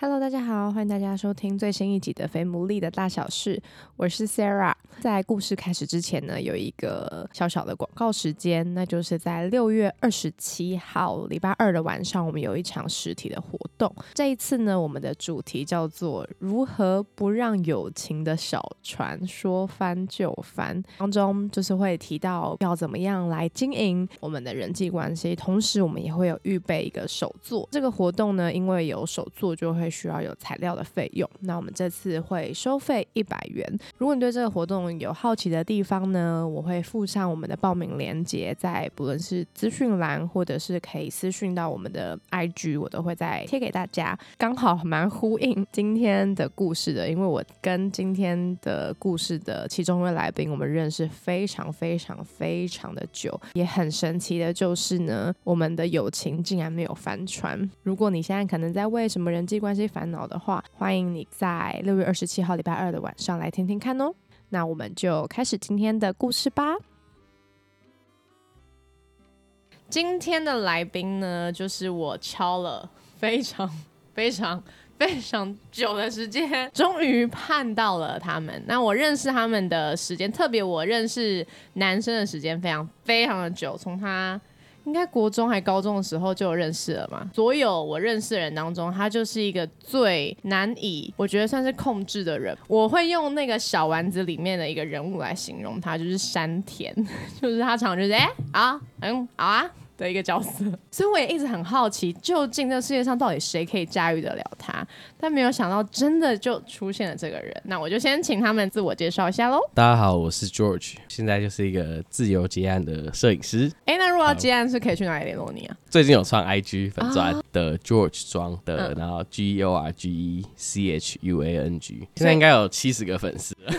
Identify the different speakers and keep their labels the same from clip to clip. Speaker 1: Hello，大家好，欢迎大家收听最新一集的《肥牡蛎的大小事》，我是 Sarah。在故事开始之前呢，有一个小小的广告时间，那就是在六月二十七号礼拜二的晚上，我们有一场实体的活动。这一次呢，我们的主题叫做“如何不让友情的小船说翻就翻”，当中就是会提到要怎么样来经营我们的人际关系，同时我们也会有预备一个手作。这个活动呢，因为有手作就会需要有材料的费用，那我们这次会收费一百元。如果你对这个活动有好奇的地方呢，我会附上我们的报名链接，在不论是资讯栏或者是可以私讯到我们的 IG，我都会再贴给大家。刚好蛮呼应今天的故事的，因为我跟今天的故事的其中一位来宾，我们认识非常非常非常的久，也很神奇的就是呢，我们的友情竟然没有翻船。如果你现在可能在为什么人际关系烦恼的话，欢迎你在六月二十七号礼拜二的晚上来听听看哦。那我们就开始今天的故事吧。今天的来宾呢，就是我敲了非常非常 非常久的时间，终于盼到了他们。那我认识他们的时间，特别我认识男生的时间非常非常的久，从他应该国中还高中的时候就有认识了嘛。所有我认识的人当中，他就是一个最难以我觉得算是控制的人。我会用那个小丸子里面的一个人物来形容他，就是山田， 就是他常常就是哎、啊嗯好啊的一个角色。 所以我也一直很好奇，究竟这世界上到底谁可以驾驭得了他？但没有想到，真的就出现了这个人。那我就先请他们自我介绍一下喽。
Speaker 2: 大家好，我是 George，现在就是一个自由结案的摄影师。
Speaker 1: 哎、那如果要接案，是可以去哪里联络你啊？
Speaker 2: 最近有创 IG 粉砖
Speaker 1: 哦
Speaker 2: 的 George 装
Speaker 1: 嗯
Speaker 2: 的，然后 G E O R G E C H U A N G，现在应该有七十个粉丝了。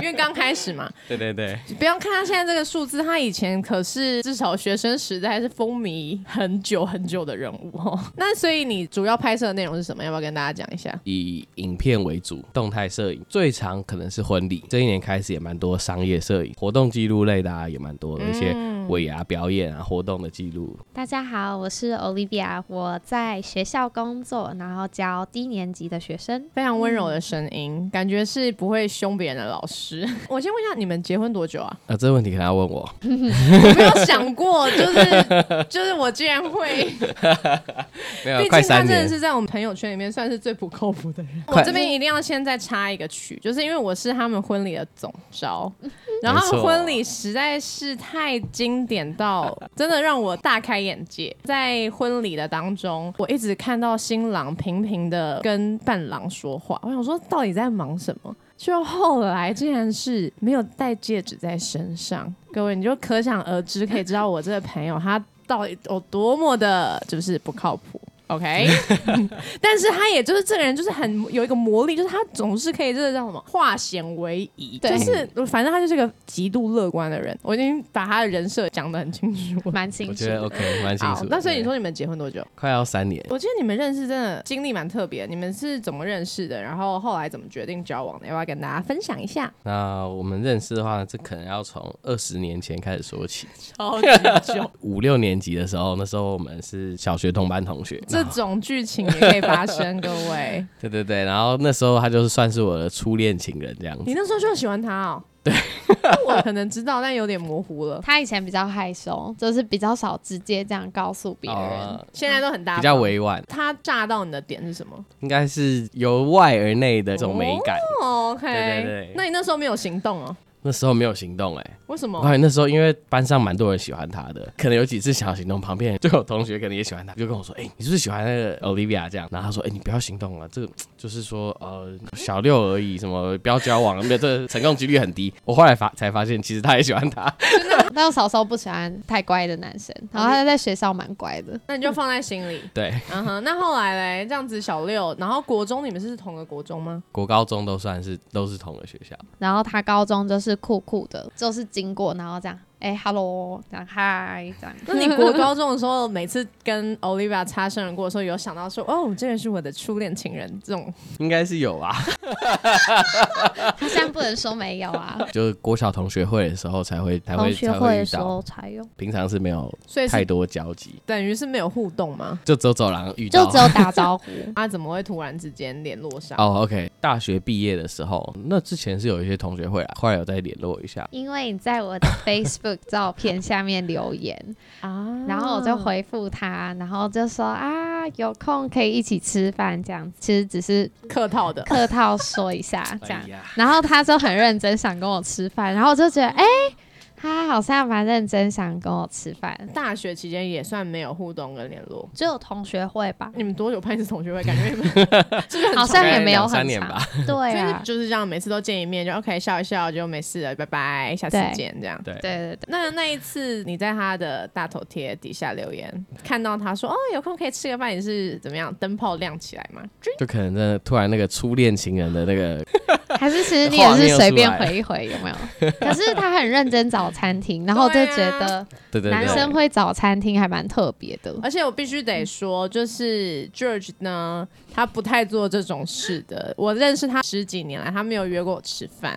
Speaker 1: 因为刚开始嘛，
Speaker 2: 对对对，
Speaker 1: 不要看他现在这个数字，他以前可是至少学生时代是风靡很久很久的人物哦。 那所以你主要拍摄的内容是什么？要不要跟大家讲一下？
Speaker 2: 以影片为主，动态摄影最长可能是婚礼。这一年开始也蛮多商业摄影、活动记录类的、啊，也蛮多的一些
Speaker 1: 嗯
Speaker 2: 尾牙表演啊、活动的记录。
Speaker 3: 大家好，我是 Olivia，我在学校工作，然后教低年级的学生。
Speaker 1: 非常温柔的声音，感觉是不会凶别人的老师。 我先问一下，你们结婚多久啊？
Speaker 2: 啊，这个问题可能要问我。
Speaker 1: 我没有想过，就是就是我居然会，
Speaker 2: 没有
Speaker 1: 毕，
Speaker 2: 快
Speaker 1: 竟他
Speaker 2: 三
Speaker 1: 真
Speaker 2: 年
Speaker 1: 的。是在我们朋友圈里面算是最不靠谱的 人。我
Speaker 2: 快
Speaker 1: 这边一定要现在插一个曲，就是因为我是他们婚礼的 总招，然后他们
Speaker 2: 没错
Speaker 1: 婚礼实在是太经典到，真的让我大开眼界。在婚礼的当中，我一直看到新郎频频的跟伴郎说话，我想说到底在忙什么？ 就后来竟然是没有戴戒指在身上，各位你就可想而知，可以知道我这个朋友他到底有多么的，就是不靠谱。OK，但是他也就是这个人，就是很有一个魔力，就是他总是可以，就是叫什么化险为夷，
Speaker 3: 对
Speaker 1: 就是反正他就是个极度乐观的人。我已经把他的人设讲得很清楚了。
Speaker 3: 蛮清
Speaker 2: 哦我
Speaker 3: 楚
Speaker 2: 觉得
Speaker 3: 的。
Speaker 2: OK，蛮清
Speaker 1: 好
Speaker 2: 楚的。，
Speaker 1: 那所以你
Speaker 2: 对
Speaker 1: 说你们结婚多久？
Speaker 2: 快要三年。
Speaker 1: 我觉得你们认识真的经历蛮特别，你们是怎么认识的？然后后来怎么决定交往的？要不要跟大家分享一下？
Speaker 2: 那我们认识的话，这可能要从二十年前开始说起。
Speaker 1: 超级久，
Speaker 2: 五六年级的时候，那时候我们是小学同班同学。
Speaker 1: 这种剧情也可以发生，各位。
Speaker 2: 对对对，然后那时候他就是算是我的初恋情人这样子。
Speaker 1: 你那时候就喜欢他哦？对，我可能知道，但有点模糊了。
Speaker 3: 他以前比较害羞，就是比较少直接这样告诉别人。
Speaker 2: 哦
Speaker 1: 现在都很大，
Speaker 2: 比较。委婉，
Speaker 1: 他炸到你的点是什么
Speaker 2: 应该是由外而内的这种美感。
Speaker 1: 哦？OK，
Speaker 2: 对对对
Speaker 1: 那你那时候没有行动哦？
Speaker 2: 那时候没有行动哎、
Speaker 1: 为什
Speaker 2: 我
Speaker 3: 哦
Speaker 1: 么？
Speaker 2: 感觉那时候因为班上蛮多人喜欢他的，可能有几次想要行动，旁边就有同学可能也喜欢他，就跟我说：“哎、你是不是喜欢那个 Olivia 这样？”然后他说：“哎、你不要行动了，这个就是说呃小六而已，什么不要交往，没有这成功几率很低。”我后来发才发现，其实他也喜欢他。
Speaker 3: 但我小时候不喜欢太乖的男
Speaker 2: 哦
Speaker 3: 生，然后他在学校蛮乖的。
Speaker 1: 那你就放在心里。
Speaker 2: 对，
Speaker 1: 嗯哼，那后来嘞，这样子小六，然后国中你们是同个国中吗？
Speaker 2: 国高中都算是都是同个学校，
Speaker 3: 然后他高中就是酷酷的，就是经过，然后这样哎、h e l l o 这样嗨， 这样。
Speaker 1: 那你国高中的时 候，每次跟 Olivia 擦身而过的时候，有想到说，哦，这个是我的初恋情人这种？
Speaker 2: 应该是有啊，
Speaker 3: 他现在不能说没有啊，
Speaker 2: 就是国小同学会的时候才会才
Speaker 3: 同
Speaker 2: 会
Speaker 3: 学
Speaker 2: 才
Speaker 3: 会
Speaker 2: 会
Speaker 3: 的
Speaker 2: 遇
Speaker 3: 时
Speaker 2: 到，
Speaker 3: 候才有，
Speaker 2: 平常是没有
Speaker 1: 所以
Speaker 2: 太
Speaker 1: 是
Speaker 2: 多交集，
Speaker 1: 等于是没有互动吗？
Speaker 2: 就走走廊遇
Speaker 3: 就
Speaker 2: 到。
Speaker 3: 只有打 招呼。
Speaker 1: 啊，怎么会突然之间联络上？
Speaker 2: 哦、o k 大学毕业的时候，那之前是有一些同学会啊，后来有再联络一下。
Speaker 3: 因为你在我的 Facebook 照片下面留言，
Speaker 1: 啊
Speaker 3: 然后我就，回复他，然后就说啊，有空可以一起吃饭这样子，其实只是
Speaker 1: 客套的，
Speaker 3: 客套说一 下这样
Speaker 2: 哎。呀，
Speaker 3: 然后他就很认真想跟我吃饭，然后我就觉得哎、他好像蛮认真想跟我吃饭，
Speaker 1: 大学期间也算没有互动跟联络。
Speaker 3: 只有同学会 吧，
Speaker 1: 你们多久办一次同学会？感觉你们是不是很
Speaker 3: 好像
Speaker 1: 常
Speaker 3: 也没有
Speaker 2: 大概两三
Speaker 3: 很
Speaker 2: 年
Speaker 3: 长
Speaker 2: 吧，
Speaker 3: 对
Speaker 1: 就是
Speaker 3: 啊，
Speaker 1: 就是这样，每次都见一面就 OK 笑一笑就没事了，拜拜，下次
Speaker 3: 对
Speaker 1: 见这样。
Speaker 2: 对
Speaker 3: 对对对，
Speaker 1: 那那一次你在他的大头贴底下留言，看到他说哦有空可以吃个饭，你是怎么样？灯泡亮起来吗？
Speaker 2: 就可能真的突然那个初恋情人的那 个，
Speaker 3: 还是其实你
Speaker 2: 画
Speaker 3: 也
Speaker 2: 面
Speaker 3: 是
Speaker 2: 又
Speaker 3: 随
Speaker 2: 出
Speaker 3: 便
Speaker 2: 来了
Speaker 3: 回一回，有没有？可是他很认真找餐厅，然后我就
Speaker 1: 对
Speaker 3: 觉
Speaker 1: 啊
Speaker 3: 得
Speaker 2: 对对对，
Speaker 3: 男生会找餐厅还蛮特别的。
Speaker 1: 而且我必须得说，就是
Speaker 2: 嗯
Speaker 1: George 呢，他不太做这种事的。我认识他十几年来，他没有约过我吃饭，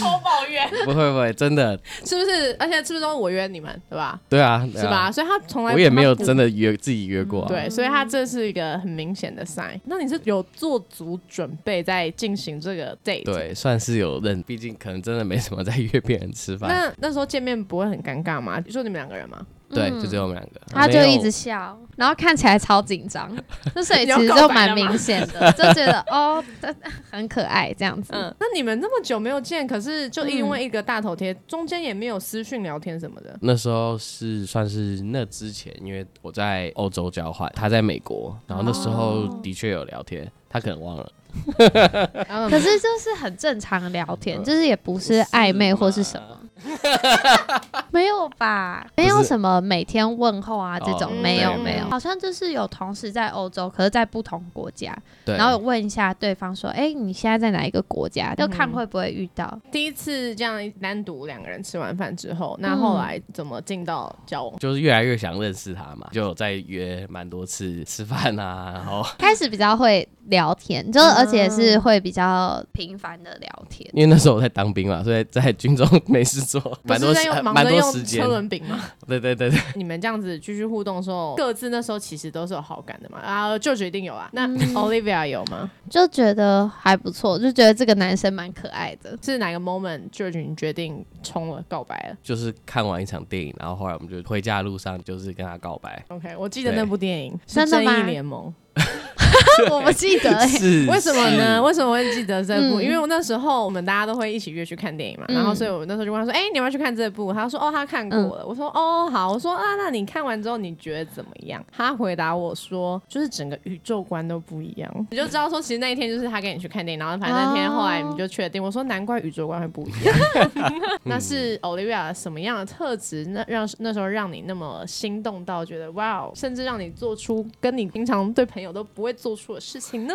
Speaker 1: 好抱怨，
Speaker 2: 不会不会，真的，
Speaker 1: 是不是？而且是不是都我约你们，对吧？
Speaker 2: 对啊，对啊
Speaker 1: 是吧？？所以他从来
Speaker 2: 我也没有
Speaker 1: 他不
Speaker 2: 真的约自己约
Speaker 3: 嗯
Speaker 2: 过、啊，
Speaker 1: 对，所以他这是一个很明显的 sign。那你是有做足准备在进行这个 date？。
Speaker 2: 对，算是有认，毕竟可能真的没什么在约别人吃饭，
Speaker 1: 那那时候见面不会很尴尬吗？就你们两个人吗？
Speaker 2: 对，
Speaker 3: 嗯
Speaker 2: 就只有我们两个，
Speaker 3: 他
Speaker 2: 没
Speaker 3: 就
Speaker 2: 有
Speaker 3: 一直笑，然后看起来超紧 张，那所以其
Speaker 1: 你
Speaker 3: 实
Speaker 1: 要
Speaker 3: 就
Speaker 1: 告白
Speaker 3: 蛮
Speaker 1: 了吗
Speaker 3: 明显 的，就觉得哦，他很可爱这样子。
Speaker 1: 嗯，那你们那么久没有见，可是就因为一个大头贴，中间也没有私讯聊天什么的。
Speaker 2: 那时候是算是那之前，因为我在欧洲交换，他在美国，然后那时候
Speaker 3: 哦
Speaker 2: 的确有聊天，他可能忘了，
Speaker 3: 可是就是很正常的聊天，就是也不是暧昧或是什么，
Speaker 2: 么，
Speaker 3: 没有吧？
Speaker 2: 不
Speaker 3: 没
Speaker 2: 是
Speaker 3: 有什么每天问候啊
Speaker 2: 哦
Speaker 3: 这种，
Speaker 1: 嗯
Speaker 3: 没有
Speaker 1: 对
Speaker 3: 没有，
Speaker 1: 嗯
Speaker 3: 好像就是有同时在欧洲，可是在不同国家，
Speaker 2: 对，
Speaker 3: 然后有问一下对方说，哎，你现在在哪一个国家？就看会不会遇到。
Speaker 1: 第一次这样单独两个人吃完饭之后，那后来怎么进到交往？
Speaker 2: 就是越来越想认识他嘛，
Speaker 1: 嗯
Speaker 2: 就有在约蛮多次吃饭 啊，然后。
Speaker 3: 开始比较会聊天，就是而且是会比较频繁的聊天
Speaker 2: 因为那时候我在当兵嘛，所以在军中没事做，
Speaker 1: 不
Speaker 2: 蛮多
Speaker 1: 是在
Speaker 2: 时
Speaker 1: 用忙
Speaker 2: 蛮
Speaker 1: 着
Speaker 2: 多
Speaker 1: 用
Speaker 2: 时间
Speaker 1: 车，轮饼吗？
Speaker 2: 对对对对，
Speaker 1: 你们这样子继续互动的时候，各自那时候其实都是有好感的嘛？啊，就决定有啊。那
Speaker 3: 嗯
Speaker 1: Olivia 有吗？
Speaker 3: 就觉得还不错，就觉得这个男生蛮可爱的。
Speaker 1: 是哪个 moment George 你决定冲了告白了
Speaker 2: 就是看完一场电影，然后后来我们就回家的路上就是跟他告 白，
Speaker 1: ？OK，我记得
Speaker 2: 对
Speaker 1: 那部电影是
Speaker 3: 真的
Speaker 1: 正
Speaker 3: 吗
Speaker 1: 义联盟》，
Speaker 3: 我不记 得、欸，
Speaker 2: 是
Speaker 1: 哎为什么呢？
Speaker 2: 是
Speaker 1: 为什么会记得这部？
Speaker 3: 嗯
Speaker 1: 因为我那时候我们大家都会一起约去看电影嘛，
Speaker 3: 嗯
Speaker 1: 然后所以我那时候就问他说：“哎、你要不要去看这部？”他说：“哦，他看过了。我说：“哦，好。”我说：“啊，那你看完之后你觉得怎么样？”他回答我说：“就是整个宇宙观都不一样。”你就知道说，其实那一天就是他跟你去看电影，然后反正那天
Speaker 3: 哦
Speaker 1: 后来你就确定。我说：“难怪宇宙观会不一 样。”那是 Olivia 什么样的特质？那让那时候让你那么心动到觉得哇哦，甚至让你做出跟你平常对朋友都不会做出的事情呢？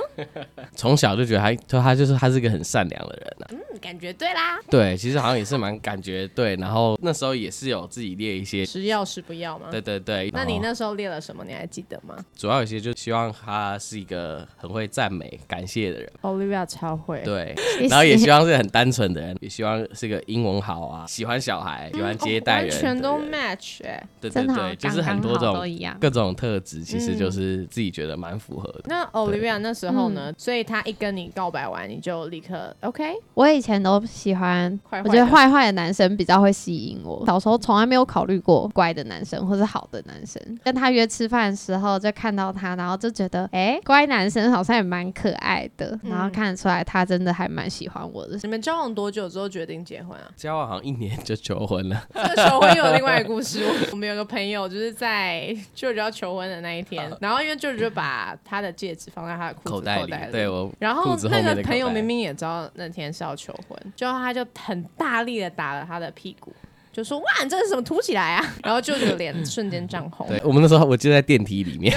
Speaker 2: 从小就觉得他，就他就是他是一个很善良的人啊。
Speaker 1: 嗯，感觉对啦。
Speaker 2: 对，其实好像也是蛮感觉对，然后那时候也是有自己列一些，
Speaker 1: 是要是不要吗？
Speaker 2: 对对对。
Speaker 1: 嗯那你
Speaker 2: 然后
Speaker 1: 那时候列了什么？你还记得吗
Speaker 2: 主要有一些就希望他是一个很会赞美、感谢的人，
Speaker 1: ？Olivia 超会，
Speaker 2: 对。
Speaker 3: 谢
Speaker 2: 然后也
Speaker 3: 谢
Speaker 2: 希望是很单纯的人，也希望是个英文好啊，喜欢小孩，喜欢接待
Speaker 1: 嗯完
Speaker 2: 人的人，
Speaker 1: 全都 match 哎、
Speaker 2: 对对
Speaker 3: 真的好
Speaker 2: 对，就是很多
Speaker 3: 刚刚好都
Speaker 2: 种
Speaker 3: 一样。
Speaker 2: 各种特质，其实
Speaker 1: 嗯
Speaker 2: 就是自己觉得蛮符合的。？
Speaker 1: 那 Olivia 那时候呢？所以他一跟你告白完，你就立刻 OK。
Speaker 3: 我以前都喜欢，
Speaker 1: 坏坏的
Speaker 3: 我觉得坏坏的男生比较会吸引我。小时候从来没有考虑过乖的男生或是好的男生。跟他约吃饭的时候，就看到他，然后就觉得，哎、乖男生好像也蛮可爱的。
Speaker 1: 嗯
Speaker 3: 然后看得出来，他真的还蛮喜欢我的。
Speaker 1: 你们交往多久之后决定结婚 啊
Speaker 2: 交往好像一年就求婚了，
Speaker 1: 这个求婚又有另外一个故事。我我们有个朋友就是在 George 要求婚的那一 天，然后因为 George 就把他的戒指放在他的裤
Speaker 2: 口
Speaker 1: 子
Speaker 2: 袋里，对我
Speaker 1: 然后
Speaker 2: 裤子后
Speaker 1: 那
Speaker 2: 面的
Speaker 1: 个
Speaker 2: 口
Speaker 1: 朋友
Speaker 2: 袋
Speaker 1: 明明也知道那天是要求婚，就他就很大力的打了他的屁股，就说：“哇， 你这是什么凸起来啊？”然后舅舅脸瞬间涨红。
Speaker 2: 对我们那时候我就在电梯里面，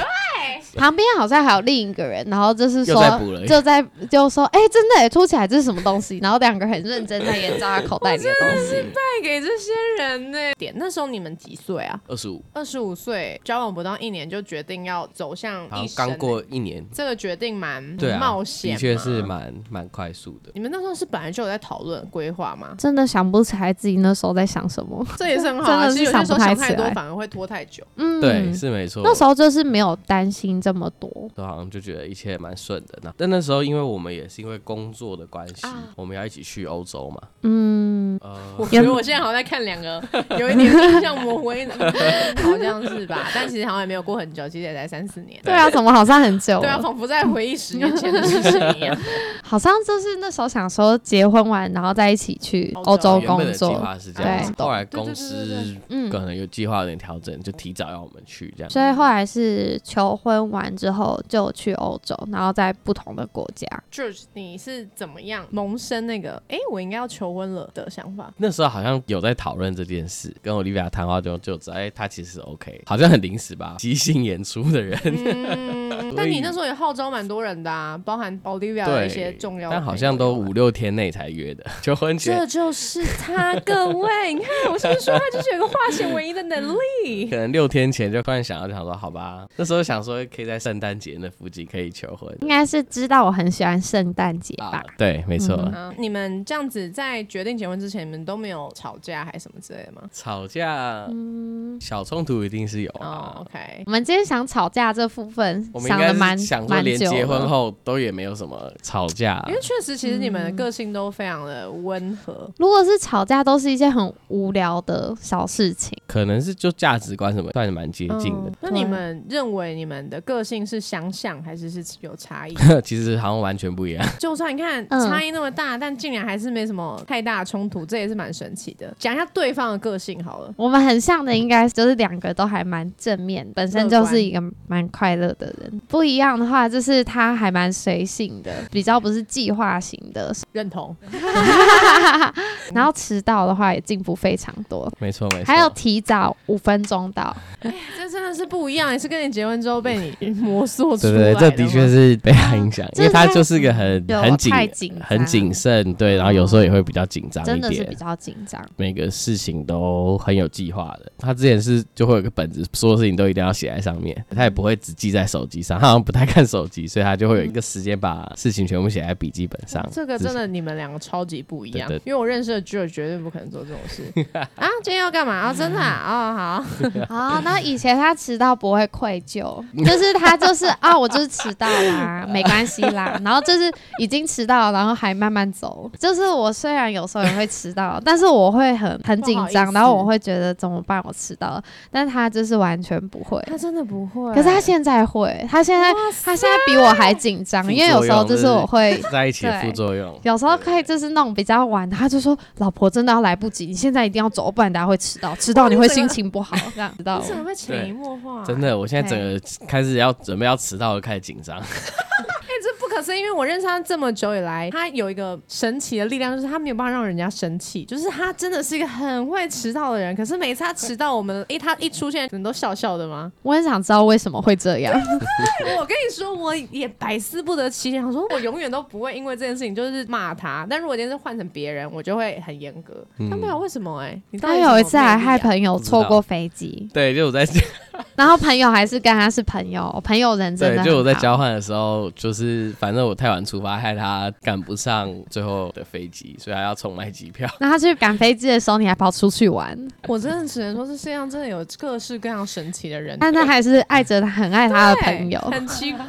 Speaker 3: 旁边好像还有另一个人，然后就是
Speaker 2: 又再
Speaker 3: 说
Speaker 2: 补了一个
Speaker 3: 就在 就说，哎、真的耶，凸起来这是什么东西？然后两个很认真在研究他口袋里的东西。
Speaker 1: 卖给这些人呢、点那时候你们几岁啊？
Speaker 2: 二十五，
Speaker 1: 二十五岁，交往不到一年就决定要走向
Speaker 2: 好
Speaker 1: 一
Speaker 2: 像刚
Speaker 1: 生
Speaker 2: 过
Speaker 1: 欸
Speaker 2: 一年，
Speaker 1: 这个决定蛮
Speaker 2: 对啊，
Speaker 1: 冒险，
Speaker 2: 的确是。蛮蛮快速的。
Speaker 1: 你们那时候是本来就有在讨论规划 吗？
Speaker 3: 真的想不起来自己那时候在想什么。
Speaker 1: 这也是很好、啊，
Speaker 3: 真的
Speaker 1: 其
Speaker 3: 是
Speaker 1: 实有些时候
Speaker 3: 想
Speaker 1: 想
Speaker 3: 不太
Speaker 1: 太多
Speaker 3: 起来
Speaker 1: 反而会拖太久。
Speaker 3: 嗯，
Speaker 2: 对，是没错。
Speaker 3: 那时候就是没有担心这么多。
Speaker 2: 都好像就觉得一切蛮顺的。那但那时候，因为我们也是因为工作的关系，
Speaker 1: 啊
Speaker 2: 我们要一起去欧洲嘛。
Speaker 3: 嗯，
Speaker 1: 我
Speaker 2: 呃，
Speaker 1: 觉得我现在好像在看两 个，有一点印象模糊， 好像是吧？但其实好像也没有过很久，其实也才三四年。
Speaker 3: 对啊，怎么好像很久
Speaker 1: 对啊，
Speaker 3: 了？
Speaker 1: 仿佛在回忆十年前的事情 一样。
Speaker 3: 好像就是那时候想说结婚完，然后再一起去
Speaker 1: 欧洲
Speaker 2: 哦
Speaker 3: 欧洲
Speaker 2: 原本
Speaker 3: 哦工
Speaker 2: 的计
Speaker 3: 作。
Speaker 2: 划是这样子，
Speaker 3: 对
Speaker 2: 后来
Speaker 1: 对对
Speaker 2: 公
Speaker 1: 对对
Speaker 2: 司
Speaker 3: 嗯，
Speaker 2: 可能有计划有点调整，就提早要我们去这样。
Speaker 3: 所以后来是求婚完之后就去欧洲，然后在不同的国家。
Speaker 1: George，你是怎么样萌生那个哎、诶我应该要求婚了的想 法？
Speaker 2: 那时候好像有在讨论这件事，跟我 l i v 谈话中就知道，哎、他其实 OK，好像很临时吧，即兴演出的人，
Speaker 1: 嗯，但你那时候也号召蛮多人的啊，包含 Bolivia 的一些
Speaker 2: 对
Speaker 1: 重，要的
Speaker 2: 但
Speaker 1: 朋友啊，
Speaker 2: 好像都五六天内才约的，求婚前
Speaker 1: 这就是他，各位，你看我是不是说他就是有个化险为夷的能力？
Speaker 2: 可能六天前就突然想到，就想说好吧，那时候想说可以在圣诞节那附近可以求婚
Speaker 3: 应该是知道我很喜欢圣诞节吧
Speaker 2: 啊？，对，没错。
Speaker 3: 嗯
Speaker 1: 嗯，你们这样子在决定结婚之前，你们都没有吵架还是什么之类的吗？
Speaker 2: 吵架、
Speaker 3: 嗯
Speaker 2: 小冲突一定是有
Speaker 1: 哦
Speaker 2: 啊。
Speaker 1: ，OK，
Speaker 3: 我们今天想吵架这部分
Speaker 2: 我们应
Speaker 3: 想的
Speaker 2: 该
Speaker 3: 蛮
Speaker 2: 是想说，
Speaker 3: 蛮
Speaker 2: 连
Speaker 3: 久
Speaker 2: 结婚
Speaker 3: 了
Speaker 2: 后都也没有什么吵架、
Speaker 1: 因为确实，其实你们的个性都非常的温和，
Speaker 3: 如果是吵架，都是一件很无聊的小事情。
Speaker 2: 可能是就价值观什么算是蛮接近的。
Speaker 1: 嗯那你们认为你们的个性是相像还是是有差 异？
Speaker 2: 其实好像完全不一样。
Speaker 1: 就算你看
Speaker 3: 嗯
Speaker 1: 差异那么大，但竟然还是没什么太大的冲突，这也是蛮神奇的。讲一下对方的个性好了。
Speaker 3: 我们很像的，应该就是两个都还蛮正面，本身就是一个蛮快乐的人。不一样的话，就是他还蛮随性的，比较不是计划型的。
Speaker 2: 嗯
Speaker 1: 认同，
Speaker 3: 然后迟到的话也进步非常多，
Speaker 2: 没错，没错。
Speaker 3: 还有提早五分钟到。
Speaker 1: 这真的是不一样，也是跟你结婚之后被 你磨塑出
Speaker 2: 对
Speaker 1: 来的
Speaker 2: 对，对这的确
Speaker 1: 吗
Speaker 2: 是被他影响，
Speaker 3: 这
Speaker 2: 因为他
Speaker 3: 太
Speaker 2: 就是个很
Speaker 3: 有
Speaker 2: 很谨
Speaker 3: 太紧张
Speaker 2: 很谨慎，对，然后有时候也会比较紧张
Speaker 3: 真
Speaker 2: 一
Speaker 3: 的是比
Speaker 2: 点。
Speaker 3: 较紧张，
Speaker 2: 每个事情都很有计划的，他之前是就会有个本子，所有事情都一定要写在上面，他也不会只记在手机上，他好像不太看手机，所以他就会有一个时间把事情全部写在笔记本
Speaker 3: 嗯
Speaker 2: 上。
Speaker 1: 这个真的你们两个超级不一样，
Speaker 2: 对对
Speaker 1: 因为我认识的 George 绝对不可能做这种 事啊！今天要干嘛啊？真的啊？哦，好，
Speaker 3: 啊，那以前他迟到不会愧疚，就是他就是啊，我就是迟到啦， 没关系啦。然后就是已经迟到了，然后还慢慢走。就是我虽然有时候也会迟到，但是我会很很紧
Speaker 1: 不好意思
Speaker 3: 张，然后我会觉得怎么办，我迟到了。但他就是完全不会。
Speaker 1: 他真的不会，
Speaker 3: 可是他现在会，他现在他现在比我还紧张，因为有时候就是我会。
Speaker 2: 在一起的副作用。
Speaker 3: 有时候可以就是弄比较晚，他就说：“老婆真的要来不及，你现在一定要走，不然大家会迟到，迟到你会心情不好。” 这样，知道
Speaker 1: 你怎么会潜移默化、啊
Speaker 2: 真，的，我现在整个开始要准备要迟到，了，开始紧张。
Speaker 1: 哎、这不可思议！因为我认识他这么久以来，他有一个神奇的力量，就是他没有办法让人家生气，就是他真的是一个很会迟到的人。可是每次他迟到，我们哎、他一出现，你们都笑笑的吗？
Speaker 3: 我很想知道为什么会这样。
Speaker 1: 我跟你说，我也百思不得其解。想说，我永远都不会因为这件事情就是骂他，但如果今天是换成别人，我就会很严格。
Speaker 2: 嗯
Speaker 1: 他不知道为什么哎、你到
Speaker 3: 他
Speaker 1: 底
Speaker 3: 有一
Speaker 1: 什
Speaker 3: 次
Speaker 1: 么魅力啊
Speaker 3: 还害朋友错过飞机，
Speaker 2: 对，就我在
Speaker 3: 然后朋友还是跟他是朋友，哦朋友人真的
Speaker 2: 对，
Speaker 3: 很
Speaker 2: 就我在
Speaker 3: 好。
Speaker 2: 交换的时候，就是反正我太晚出发，害他赶不上最后的飞机，所以还要重买机票。
Speaker 3: 那他去赶飞机的时候，你还跑出去玩，
Speaker 1: 我真的只能说，这世界上真的有各式各样神奇的人。
Speaker 3: 但他还是爱着他，很爱他的朋友
Speaker 1: 对。很奇怪。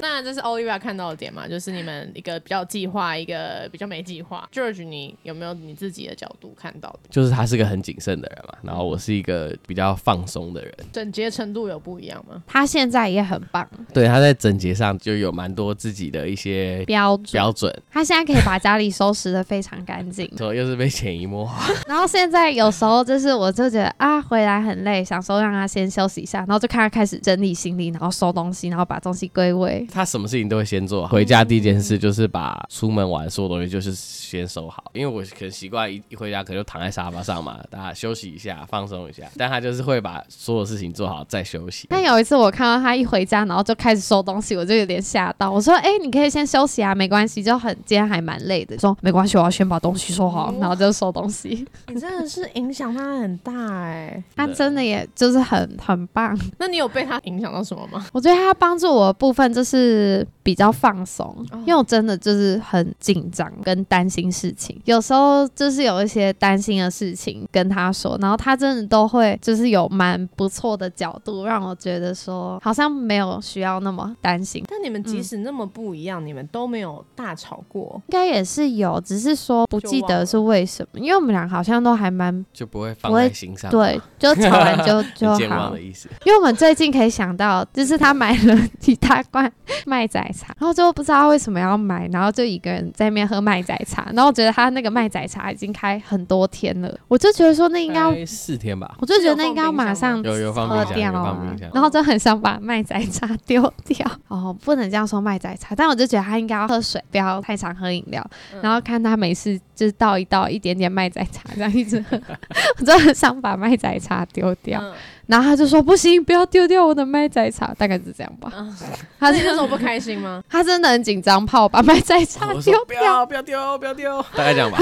Speaker 1: 那这是 Olivia 看到的点嘛？就是你们一个比较计划，一个比较没计划。George，你有没有你自己的角度看到的？
Speaker 2: 就是他是个很谨慎的人嘛，
Speaker 3: 嗯
Speaker 2: 然后我是一个比较放松的人，
Speaker 1: 整洁程度有不一样吗？
Speaker 3: 他现在也很棒，
Speaker 2: 对，他在整洁上就有蛮多自己的一些
Speaker 3: 标准。
Speaker 2: 标准，
Speaker 3: 他现在可以把家里收拾的非常干
Speaker 2: ，
Speaker 3: 净
Speaker 2: 说又是被潜移默化，
Speaker 3: 然后现在有时候就是我就觉得啊回来很累，想说让他先休息一下，然后就看他开始整理行李，然后收东西，然后把东西归位。
Speaker 2: 他什么事情都会先做。回家第一件事就是把出门玩所有东西就是先收好，因为我可能习惯一一回家可能就躺在沙发上嘛，大家休息一下放松一下，但他就是会把所有事情做好，在休息。
Speaker 3: 但有一次我看到他一回家，然后就开始收东西，我就有点吓到。我说：“哎、你可以先休息啊，没关系，就很今天还蛮累的。”说：“没关系，我要先把东西收好
Speaker 1: 哦，
Speaker 3: 然后就收东西。
Speaker 1: 你真的是影响他很大哎、”
Speaker 3: 他真的也就是很很棒。
Speaker 1: 那你有被他影响到什么吗？
Speaker 3: 我觉得他帮助我的部分就是比较放松，因为我真的就是很紧张跟担心事情，有时候就是有一些担心的事情跟他说，然后他真的都会就是有蛮不错的角度，让我觉得说好像没有需要那么担心。
Speaker 1: 但你们即
Speaker 3: 嗯
Speaker 1: 使那么不一样，你们都没有大吵过。
Speaker 3: 应该也是有，只是说不记得是为什么，因为我们俩好像都还蛮
Speaker 2: 就不会放
Speaker 3: 不会
Speaker 2: 在心上，
Speaker 3: 对，就吵完 就就
Speaker 2: 很健忘
Speaker 3: 好
Speaker 2: 的。意思。
Speaker 3: 因为我们最近可以想到，就是他买了一大罐麦仔茶，然后就不知道为什么要买，然后就一个人在那边喝麦仔茶，然后我觉得他那个麦仔茶已经开很多天了，我就觉得说那应该嗯要，
Speaker 2: 大概四天吧，
Speaker 3: 我就觉得那应该要马上
Speaker 2: 有有放
Speaker 3: 喝
Speaker 2: 冰
Speaker 3: 掉
Speaker 2: 箱，有
Speaker 3: 啊
Speaker 2: 放冰箱，
Speaker 3: 然后就很想把麦仔茶丢掉。 哦，不能这样说麦仔茶，但我就觉得他应该要喝水，不要太常喝饮料。
Speaker 1: 嗯
Speaker 3: 然后看他每次就是倒一倒一点点麦仔茶，这样一直 喝，我就很想把麦仔茶丢掉。
Speaker 1: 嗯，
Speaker 3: 然后他就说不行，不要丢掉我的麦仔茶，大概是这样吧。他
Speaker 1: 那
Speaker 3: 就
Speaker 1: 你那时候不开心吗？
Speaker 3: 他真的很紧张， 怕我把麦仔茶
Speaker 2: 我
Speaker 3: 丢
Speaker 2: 说不
Speaker 3: 掉。
Speaker 2: 要不要丢不要丢，大概这样吧。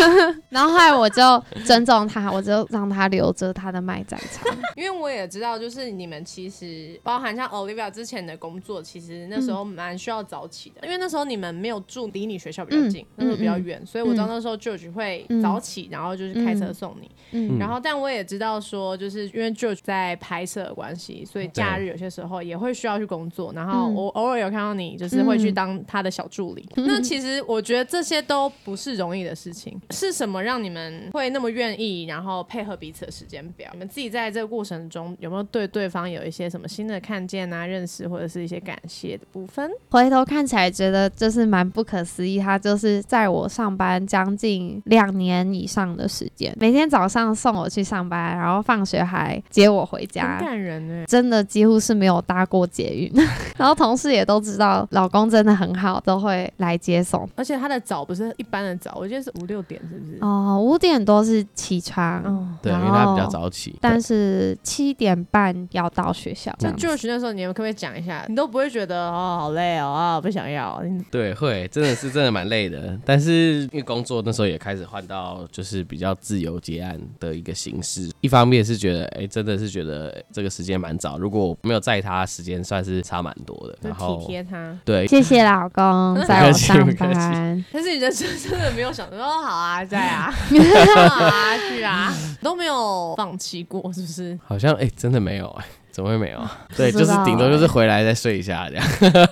Speaker 3: 然后后来我就尊重他，我就让他留着他的麦仔 茶。
Speaker 1: 因为我也知道，就是你们其实包含像 Olivia 之前的工作，其实那时
Speaker 3: 嗯
Speaker 1: 候蛮需要早起的，因为那时候你们没有住离你学校比较近，
Speaker 3: 嗯
Speaker 1: 那时候比较远，所以我知道那时候 George 会早起，然后就是开车送你。
Speaker 3: 嗯
Speaker 1: 然后，但我也知道说，就是因为 George 在拍摄的关系，所以假日有些时候也会需要去工作。然后
Speaker 3: 嗯
Speaker 1: 我偶尔有看到你，就是会去当他的小助理。那其实我觉得这些都不是容易的事情。是什么让你们会那么愿意，然后配合彼此的时间表？你们自己在这个过程中有没有对对方有一些什么新的看见啊、认识，或者是一些感谢的部分？
Speaker 3: 回头看起来觉得就是蛮不可思议，他就是在我上班将近两年以上的时间，每天早上送我去上班，然后放学还接我回
Speaker 1: 很
Speaker 3: 家。
Speaker 1: 感人欸呢、
Speaker 3: 真的几乎是没有搭过捷运， 然后同事也都知道老公真的很好，都会来接送。
Speaker 1: 而且他的早不是一般的早，我记得是五六点，是不
Speaker 2: 嗯
Speaker 1: 是？
Speaker 3: 哦，五点多是起床，
Speaker 1: 哦，
Speaker 2: 对，因
Speaker 3: 然
Speaker 2: 为他比较
Speaker 3: 后
Speaker 2: 早起，
Speaker 3: 但是七点半要到学校。这
Speaker 1: 那
Speaker 3: 样子
Speaker 1: George 那时候，你们可不可以讲一下？你都不会觉得哦，好累哦，啊，不想要。你
Speaker 2: 对，会真的是真的蛮累的，但是因为工作那时候也开始换到就是比较自由结案的一个形式。一方面是觉得，哎、真的是觉得这个时间蛮早，如果我没有在他时间算是差蛮多的。
Speaker 1: 就
Speaker 2: 然
Speaker 1: 体
Speaker 2: 后
Speaker 1: 贴他，
Speaker 2: 对，
Speaker 3: 谢谢老 公载
Speaker 2: 不客
Speaker 3: 我
Speaker 2: 气
Speaker 3: 上
Speaker 2: 不客气
Speaker 3: 班。
Speaker 1: 但是你人生真的没有想说哦，好啊，在 啊， 好啊，去啊，都没有放弃过，是不 是？
Speaker 2: 好像哎、诶真的没有哎、诶怎么会没有啊？对，
Speaker 3: 不
Speaker 2: 就
Speaker 3: 知
Speaker 2: 是
Speaker 3: 道欸
Speaker 2: 顶多就是回来再睡一下这样。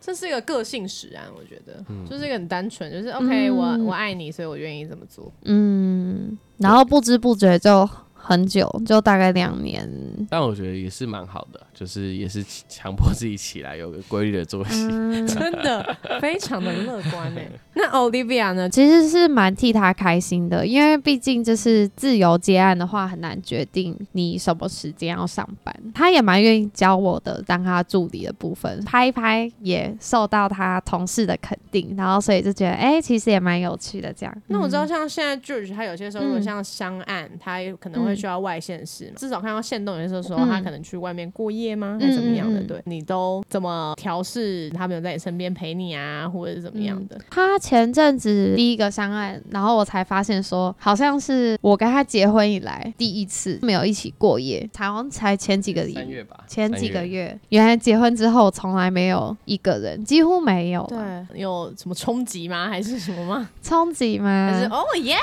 Speaker 1: 这是一个个性使然，我觉得，
Speaker 3: 嗯
Speaker 1: 就是一个很单纯，就是 OK，、我我爱你，所以我愿意这么做。
Speaker 3: 嗯，然后不知不觉就很久，就大概两年。
Speaker 2: 但我觉得也是蛮好的，就是也是强迫自己起来有个规律的作息。
Speaker 3: 嗯，
Speaker 1: 真的非常的乐观诶、那 Olivia 呢？
Speaker 3: 其实是蛮替他开心的，因为毕竟就是自由接案的话，很难决定你什么时间要上班。他也蛮愿意教我的，当他助理的部分，拍一拍也受到他同事的肯定，然后所以就觉得，哎、其实也蛮有趣的这样。
Speaker 1: 那我知道，
Speaker 3: 嗯，
Speaker 1: 像现在 George 他有些时候，如果
Speaker 3: 嗯
Speaker 1: 像商案，他有可能会需要外县市嘛，至少看到县动有些时候说
Speaker 3: 嗯
Speaker 1: 他可能去外面过夜吗，还是怎么样的？
Speaker 3: 嗯嗯嗯
Speaker 1: 对你都怎么调试？他没有在你身边陪你啊，或者是怎么
Speaker 3: 嗯
Speaker 1: 样的？
Speaker 3: 他前阵子第一个商案，然后我才发现说，好像是我跟他结婚以来第一次没有一起过夜，好像才前几个礼拜
Speaker 2: 三。月吧，
Speaker 3: 前
Speaker 2: 三
Speaker 3: 几个月，原来结婚之后从来没有一个人，几乎没有了，
Speaker 1: 对，有什么冲击吗？还是什么吗？
Speaker 3: 冲击吗？
Speaker 1: 还是哦耶，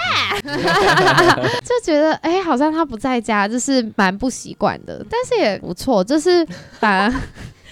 Speaker 3: 就觉得哎、好像他不在家，就是蛮不习惯的，但是也不错，就是反而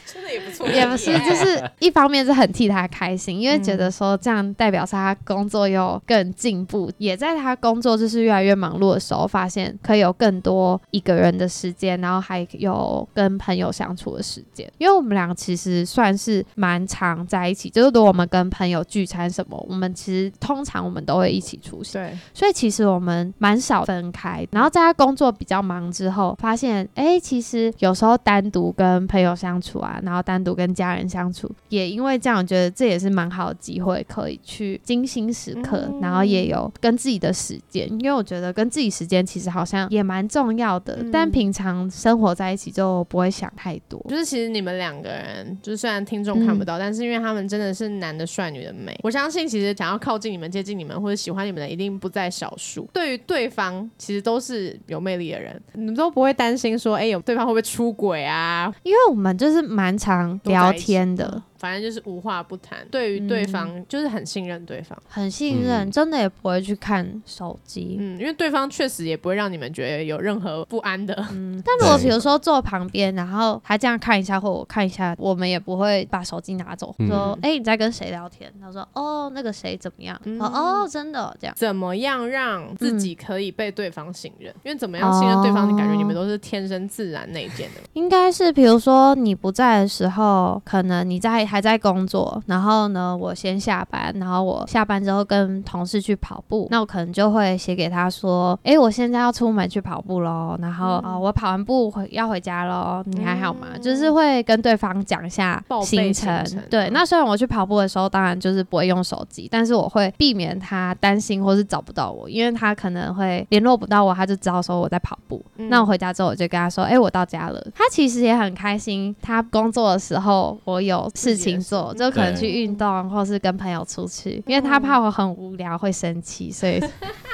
Speaker 1: 真的也不错，
Speaker 3: 也不是，就是一方面是很替他开心，因为
Speaker 1: 嗯
Speaker 3: 觉得说这样代表是他工作又更进步，也在他工作就是越来越忙碌的时候，发现可以有更多一个人的时间，然后还有跟朋友相处的时间，因为我们俩其实算是蛮常在一起，就是如果我们跟朋友聚餐什么，我们其实通常我们都会一起出席。
Speaker 1: 对，
Speaker 3: 所以其实我们蛮少分开。然后在他工作比较忙之后，发现哎、诶其实有时候单独跟朋友相处啊，然后单独跟家人相处。也因为这样，我觉得这也是蛮好的机会，可以去精心时刻，
Speaker 1: 嗯
Speaker 3: 然后也有跟自己的时间。因为我觉得跟自己时间其实好像也蛮重要的，
Speaker 1: 嗯
Speaker 3: 但平常生活在一起就不会想太多。
Speaker 1: 就是其实你们两个人，就是虽然听
Speaker 3: 嗯
Speaker 1: 众看不到，但是因为他们真的是男的帅，女的美。我相信其实想要靠近你们、接近你们或者喜欢你们的，一定不在少数。对于对方，其实都是有魅力的人，你们都不会担心说，哎、有对方会不会出轨啊？
Speaker 3: 因为我们就是蛮常聊天
Speaker 1: 都在一
Speaker 3: 的
Speaker 1: 起，，反正就是无话不谈。对于
Speaker 3: 嗯
Speaker 1: 对方，就是很信任对方。
Speaker 3: 很信任，
Speaker 2: 嗯
Speaker 3: 真的也不会去看手机。
Speaker 1: 嗯，因为对方确实也不会让你们觉得有任何不安的。
Speaker 3: 嗯，但如果
Speaker 2: 对
Speaker 3: 比如说坐旁边，然后他这样看一下，或我看一下，我们也不会把手机拿走，
Speaker 2: 嗯
Speaker 3: 说：“哎、你在跟谁聊天？”他说：“哦，那个谁怎么样？”
Speaker 1: 嗯
Speaker 3: 哦哦，真的哦这样。
Speaker 1: 怎么样让
Speaker 3: 嗯
Speaker 1: 自己可以被对方信任？因为怎么样信任对方，
Speaker 3: 哦
Speaker 1: 你感觉你们都是天生自然内建的。
Speaker 3: 应该是比如说你不在的时候，可能你在还在工作，然后呢，我先下班，然后我下班之后跟同事去跑步，那我可能就会写给他说：“哎、我现在要出门去跑步喽，然后、
Speaker 1: 嗯
Speaker 3: 哦，我跑完步回要回家喽，你还好吗？”
Speaker 1: 嗯
Speaker 3: 就是会跟对方讲一下
Speaker 1: 报备行
Speaker 3: 行程。
Speaker 1: 程
Speaker 3: 对
Speaker 1: 嗯，
Speaker 3: 那虽然我去跑步的时候，当然就是不会用手机，但是我会避免他担心或是找不到我，因为他可能会联络不到我，他就知道说我在跑步。
Speaker 1: 嗯
Speaker 3: 那我回家之后，我就跟他说：“哎、我到家了。”他其实也很开心，他工作的时候我有事情做，
Speaker 1: 自己的嗯事
Speaker 3: 就可能去
Speaker 2: 对
Speaker 3: 运动或是跟朋友出去，因为
Speaker 1: 嗯
Speaker 3: 他怕我很无聊会生气，所 以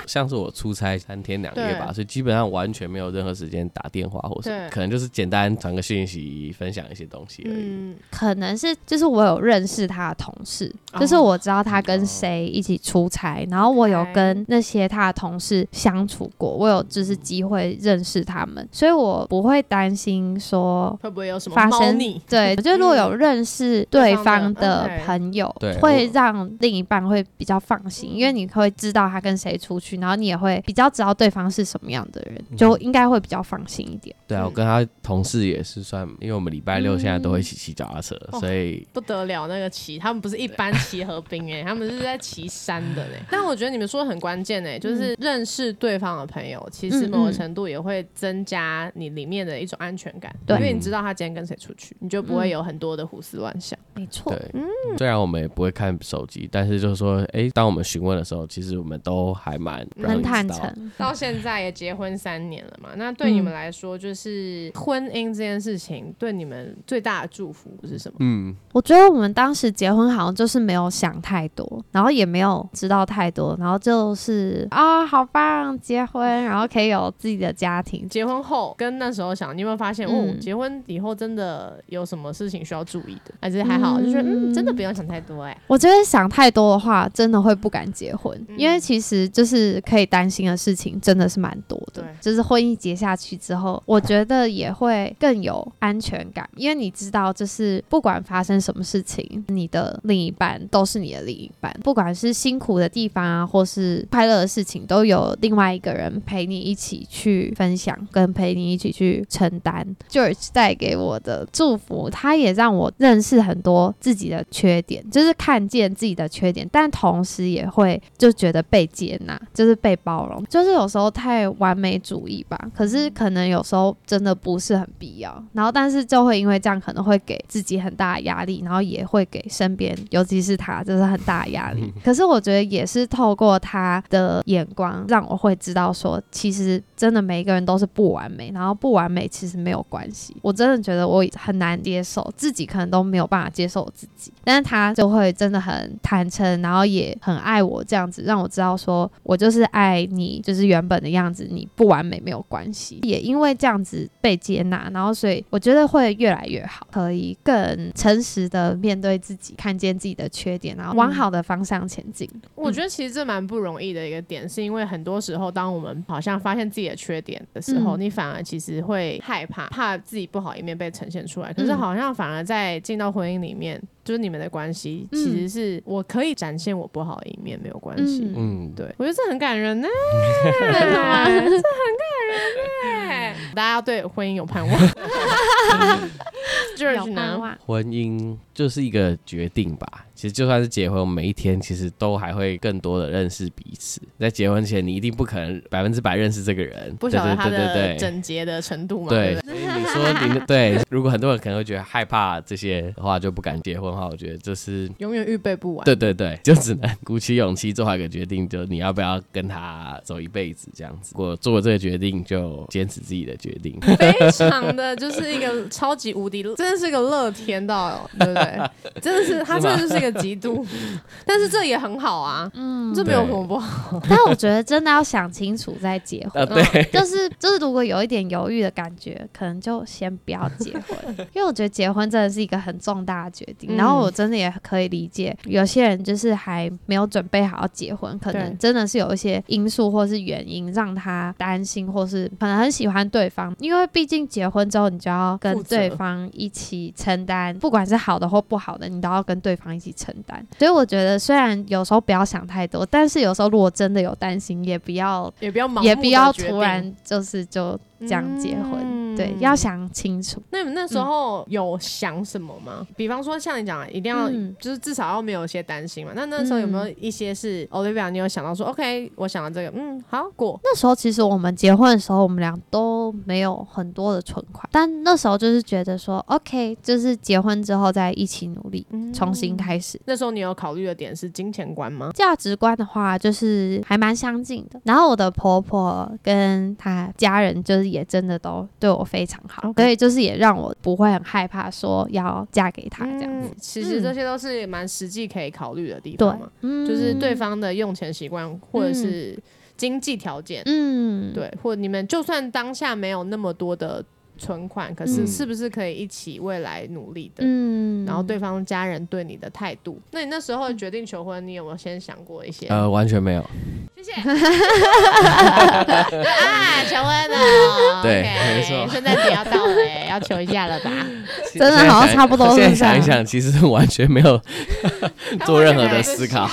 Speaker 2: 像是我出差三天两夜吧，
Speaker 1: 对
Speaker 2: 所以基本上完全没有任何时间打电话或
Speaker 1: 对
Speaker 2: 是可能就是简单传个讯息，分享一些东西而已。
Speaker 1: 嗯，
Speaker 3: 可能是就是我有认识他的同事，
Speaker 1: 哦
Speaker 3: 就是我知道他跟谁一起出差，然后我有跟那些他的同事相处过，我有
Speaker 1: 嗯
Speaker 3: 就是机会认识他们，所以我不会担心说。
Speaker 1: 会不会有什么
Speaker 3: 发
Speaker 1: 猫
Speaker 3: 生
Speaker 1: 腻？ 嗯
Speaker 3: 对，我觉得如果有认识对方的嗯
Speaker 1: 对方的
Speaker 3: 朋友
Speaker 2: 对，
Speaker 3: 会让另一半会比较放心，因为你会知道他跟谁出去，然后你也会比较知道对方是什么样的人，
Speaker 2: 嗯
Speaker 3: 就应该会比较放心一点。
Speaker 2: 对啊，
Speaker 1: 嗯
Speaker 2: 我跟他同事也是算，因为我们礼拜六现在都会一起骑脚踏车，
Speaker 1: 哦
Speaker 2: 所以
Speaker 1: 不得了，那个骑，他们不是一般骑河滨 哎、他们是在骑山的嘞、但我觉得你们说的很关键哎、就是认识对方的朋友，其实
Speaker 3: 嗯嗯
Speaker 1: 某个程度也会增加你里面的一种安全感，
Speaker 3: 对
Speaker 1: 因为你知道他今天跟谁出去，你就不会有很多的胡思乱想。
Speaker 3: 没错
Speaker 2: 对，，
Speaker 1: 哦嗯
Speaker 2: 虽然我们也不会看手机，但是就是说，哎，当我们询问的时候，其实我们都还蛮让
Speaker 3: 很
Speaker 2: 你知
Speaker 3: 坦
Speaker 2: 道
Speaker 3: 诚。
Speaker 1: 到现在也结婚三年了嘛，那对你们来说，就是婚姻这件事情对你们最大的祝福是什么？
Speaker 2: 嗯，
Speaker 3: 我觉得我们当时结婚好像就是没有想太多，然后也没有知道太多，然后就是啊、好棒，结婚，然后可以有自己的家庭。
Speaker 1: 结婚后跟那时候想，你有没有发现，
Speaker 3: 嗯
Speaker 1: 哦，结婚以后真的有什么事情需要注意的？还是还好，就觉得嗯，真的不用想太多哎、
Speaker 3: 我觉得想太多的话，真的会不敢结婚，
Speaker 1: 嗯
Speaker 3: 因为其实就是可以担心的事情真的是蛮多的
Speaker 1: 对。
Speaker 3: 就是婚姻结下去之后，我觉得也会更有安全感，因为你知道，就是不管发生什么事情，你的另一半都是你的另一半，不管是辛苦的地方啊，或是快乐的事情，都有另外一个人陪你一起去分享，跟陪你一起去承担。George 带给我的祝福，他也让我认识很多自己的缺点，就是看见自己的缺点，但同时也会就觉得被接纳，就是被包容，就是有时候太完美主义吧。可是可能有时候真的不是很必要，然后但是就会因为这样可能会给自己很大的压力，然后也会给身边，尤其是他，就是很大的压力。 可是我觉得也是透过他的眼光，让我会知道说，其实真的每一个人都是不完美，然后不完美其实没有关系。我真的觉得我很难接受自己，可能都没有办法接受我自己，但是他就会真的很坦诚，然后也很爱我这样子，让我知道说我就是爱你，就是原本的样子，你不完美没有关系。也因为这样子被接纳，然后所以我觉得会越来越好，可以更诚实的面对自己，看见自己的缺点，然后往好的方向前进。
Speaker 1: 我觉得其实这蛮不容易的一个点，是因为很多时候，当我们好像发现自己的缺点的时候，
Speaker 3: 嗯
Speaker 1: 你反而其实会害怕，怕自己不好一面被呈现出来。可是
Speaker 3: 嗯
Speaker 1: 好像反而在进到婚姻里面，就是你们的关系，
Speaker 3: 嗯
Speaker 1: 其实是我可以展现我不好的一面，没有关系。
Speaker 3: 嗯
Speaker 2: 嗯，
Speaker 1: 对，我觉得这很感人 呢、
Speaker 3: 真的吗
Speaker 1: 这很 感人哎、大家要对婚姻有盼望。
Speaker 3: 有
Speaker 1: George
Speaker 3: 办
Speaker 1: 呢？
Speaker 3: 法。
Speaker 2: 婚姻就是一个决定吧。其实就算是结婚，我们每一天其实都还会更多的认识彼此。在结婚前，你一定不可能百分之百认识这个人，
Speaker 1: 不
Speaker 2: 对
Speaker 1: 晓得他
Speaker 2: 对
Speaker 1: 的
Speaker 2: 对对对。
Speaker 1: 整洁的程度嘛，对
Speaker 2: 对，
Speaker 1: 不对？
Speaker 2: 所以你 说你对，如果很多人可能会觉得害怕这些的话，就不敢结婚的话，我觉得这是
Speaker 1: 永远预备不完。
Speaker 2: 对对对，就只能鼓起勇气做好一个决定，就是你要不要跟他走一辈子这样子。我做了这个决定，就坚持自己的决 定。
Speaker 1: 非常的就是一个超级无敌，真的是个乐天到，对不对？真的 是他真的就是一个极度，但是这也很好啊，嗯，这没有什么不好。
Speaker 3: 但我觉得真的要想清楚再结婚
Speaker 1: 哦
Speaker 2: 啊，。对，
Speaker 3: 就是就是，如果有一点犹豫的感觉，可能就先不要结 婚，因为我觉得结婚真的是一个很重大的决定。
Speaker 1: 嗯
Speaker 3: 然后我真的也可以理解，有些人就是还没有准备好要结婚，可能
Speaker 1: 对
Speaker 3: 真的是有一些因素或是原因让他担心，或是可能很喜欢对方，因为毕竟结婚之后你就要
Speaker 1: 负
Speaker 3: 跟
Speaker 1: 责
Speaker 3: 对方一起承担，不管是好的或不好的，你都要跟对方一起承担。所以我觉得，虽然有时候不要想太多，但是有时候如果真的有担心，也不要
Speaker 1: 也不要盲目地
Speaker 3: 也不要
Speaker 1: 决定
Speaker 3: 突然就是就这样结婚，
Speaker 1: 嗯
Speaker 3: 对，要想清楚。
Speaker 1: 那你们那
Speaker 3: 嗯
Speaker 1: 时候有想什么吗？比方说像你讲，一定要、
Speaker 3: 嗯
Speaker 1: 就是至少要没有一些担心嘛。那那时候有没有一些是 Olivia，你有想到说、OK，我想到这个，嗯，好过，
Speaker 3: 那时候其实我们结婚的时候，我们俩都没有很多的存款，但那时候就是觉得说，OK，就是结婚之后再一起努力，
Speaker 1: 嗯
Speaker 3: 重新。开始。
Speaker 1: 那时候你有考虑的点是金钱观吗？
Speaker 3: 价值观的话，就是还蛮相近的。然后我的婆婆跟她家人，就是也真的都对我非常好
Speaker 1: OK
Speaker 3: 所以就是也让我不会很害怕说要嫁给他这样子。
Speaker 1: 嗯其实这些都是蛮实际可以考虑的地
Speaker 3: 对
Speaker 1: 方嘛。，
Speaker 3: 嗯
Speaker 1: 就是对，方的用钱习惯或者是经济条件，
Speaker 3: 嗯，
Speaker 1: 对，或你们就算当下没有那么多的存款，可是
Speaker 2: 嗯
Speaker 1: 是不是可以一起未来努力的？
Speaker 3: 嗯，
Speaker 1: 然后对方家人对你的态度，那你那时候决定求婚，你有没有先想过一些？
Speaker 2: 呃，完全没有。
Speaker 1: 谢 谢啊，求婚了，
Speaker 2: 对
Speaker 1: OK，
Speaker 2: 没错
Speaker 1: 现在你要到了欸耶，要求一下了吧？
Speaker 3: 真的好像差不多是啊
Speaker 2: 现在
Speaker 3: 这样
Speaker 2: 想一想，其实完全没有 做任何的思考，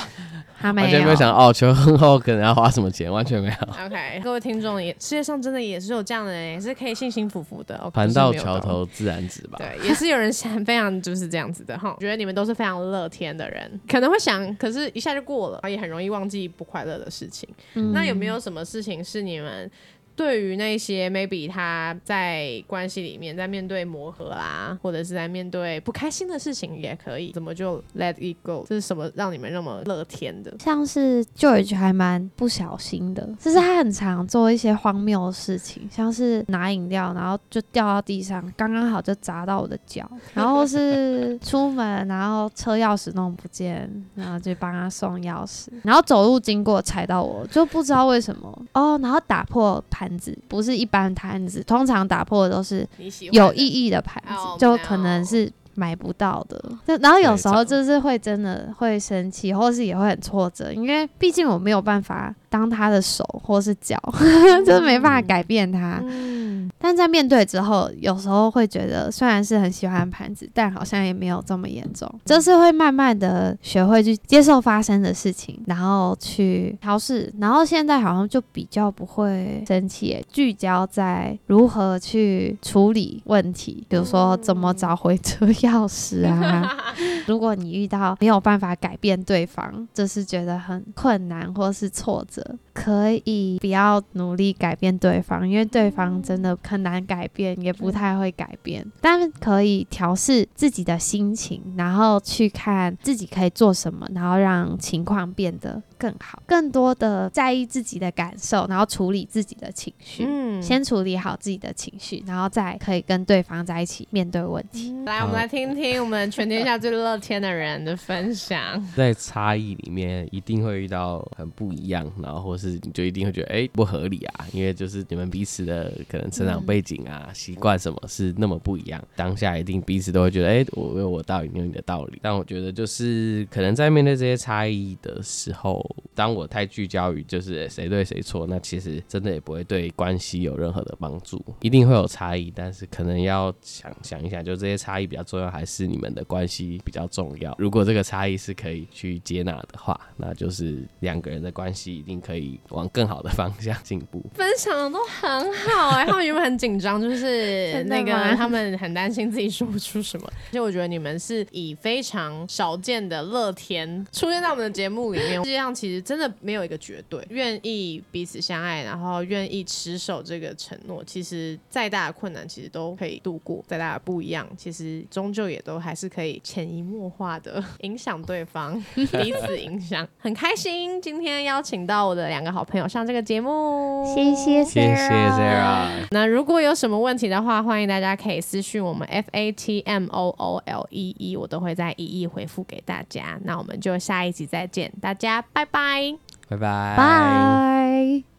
Speaker 3: 他没
Speaker 2: 完全没有想到哦，求婚后可能要花什么钱，完全没有。
Speaker 1: OK，各位听众也，世界上真的也是有这样的人，也是可以幸幸福福的。哦
Speaker 2: 船到。
Speaker 1: 不
Speaker 2: 桥
Speaker 1: 是没有
Speaker 2: 头自然直吧。
Speaker 1: 对，也是有人想 非常就是这样子的哈，觉得你们都是非常乐天的人，可能会想，可是一下就过了，也很容易忘记不快乐的事情。
Speaker 3: 嗯
Speaker 1: 那有没有什么事情是你们对于那些 maybe 他在关系里面在面对磨合啊，或者是在面对不开心的事情也可以，怎么就 let it go？这是什么让你们那么乐天的？
Speaker 3: 像是 George 还蛮不小心的，就是他很常做一些荒谬的事情，像是拿饮料然后就掉到地上，刚刚好就砸到我的 脚，然后是出门然后车钥匙弄不见，然后就帮他送钥匙，然后走路经过踩到我，就不知道为什么哦，然后打破盘子，不是一般盘子，通常打破的都是
Speaker 1: 你喜欢
Speaker 3: 有意
Speaker 1: 义
Speaker 3: 义 的牌子
Speaker 1: 哦，
Speaker 3: 就可能是买不到的。就然后有时候
Speaker 2: 对
Speaker 3: 就是会真的会生气，或是也会很挫折，因为毕竟我没有办法当他的手或是脚， 就是没办法改变他。
Speaker 1: 嗯，
Speaker 3: 但在面对之后，有时候会觉得虽然是很喜欢盘子，但好像也没有这么严重。就是会慢慢的学会去接受发生的事情，然后去调试。然后现在好像就比较不会生气耶，聚焦在如何去处理问题，比如说怎么找回车钥匙啊。如果你遇到没有办法改变对方，就是觉得很困难或是挫折，可以不要努力改变对方，因为对方真的很难改变，也不太会改变。但可以调试自己的心情，然后去看自己可以做什么，然后让情况变得更好，更多的在意自己的感受，然后处理自己的情绪。
Speaker 1: 嗯
Speaker 3: 先处理好自己的情绪，然后再可以跟对方在一起面对问题。
Speaker 1: 来，我们来听听我们全天下最乐天的人的分享。
Speaker 2: 在差异里面，一定会遇到很不一样，然后或是你就一定会觉得哎、诶不合理啊，因为就是你们彼此的可能成长背景啊、习惯、什么是那么不一样，当下一定彼此都会觉得哎、诶我有我道理，你有你的道理。但我觉得就是可能在面对这些差异的哎时候，当我太聚焦于就是诶谁对谁错，那其实真的也不会对关系有有任何的帮助。一定会有差异，但是可能要想想一想，就这些差异比较重要，还是你们的关系比较重要？如果这个差异是可以去接纳的话，那就是两个人的关系一定可以往更好的方向进步。
Speaker 1: 分享的都很好 哎、他们原本很紧张，就是
Speaker 3: 真的
Speaker 1: 那个
Speaker 3: 吗
Speaker 1: 他们很担心自己说不出什么。 而且我觉得你们是以非常少见的乐天出现在我们的节目里面。世界 上其实真的没有一个绝对，愿意彼此相爱，然后愿意持守这个承诺，其实再大的困难其实都可以度过，再大的不一样，其实终究也都还是可以潜移默化的影响对方，彼此影响。很开心今天邀请到我的两个好朋友上这个节目，
Speaker 3: 谢谢，
Speaker 2: 谢谢 Sarah。
Speaker 1: 那如果有什么问题的话，欢迎大家可以私讯我们 F A T M O O L E E，我都会再一一回复给大家。那我们就下一集再见，大家拜拜。
Speaker 2: 拜拜。
Speaker 3: 拜。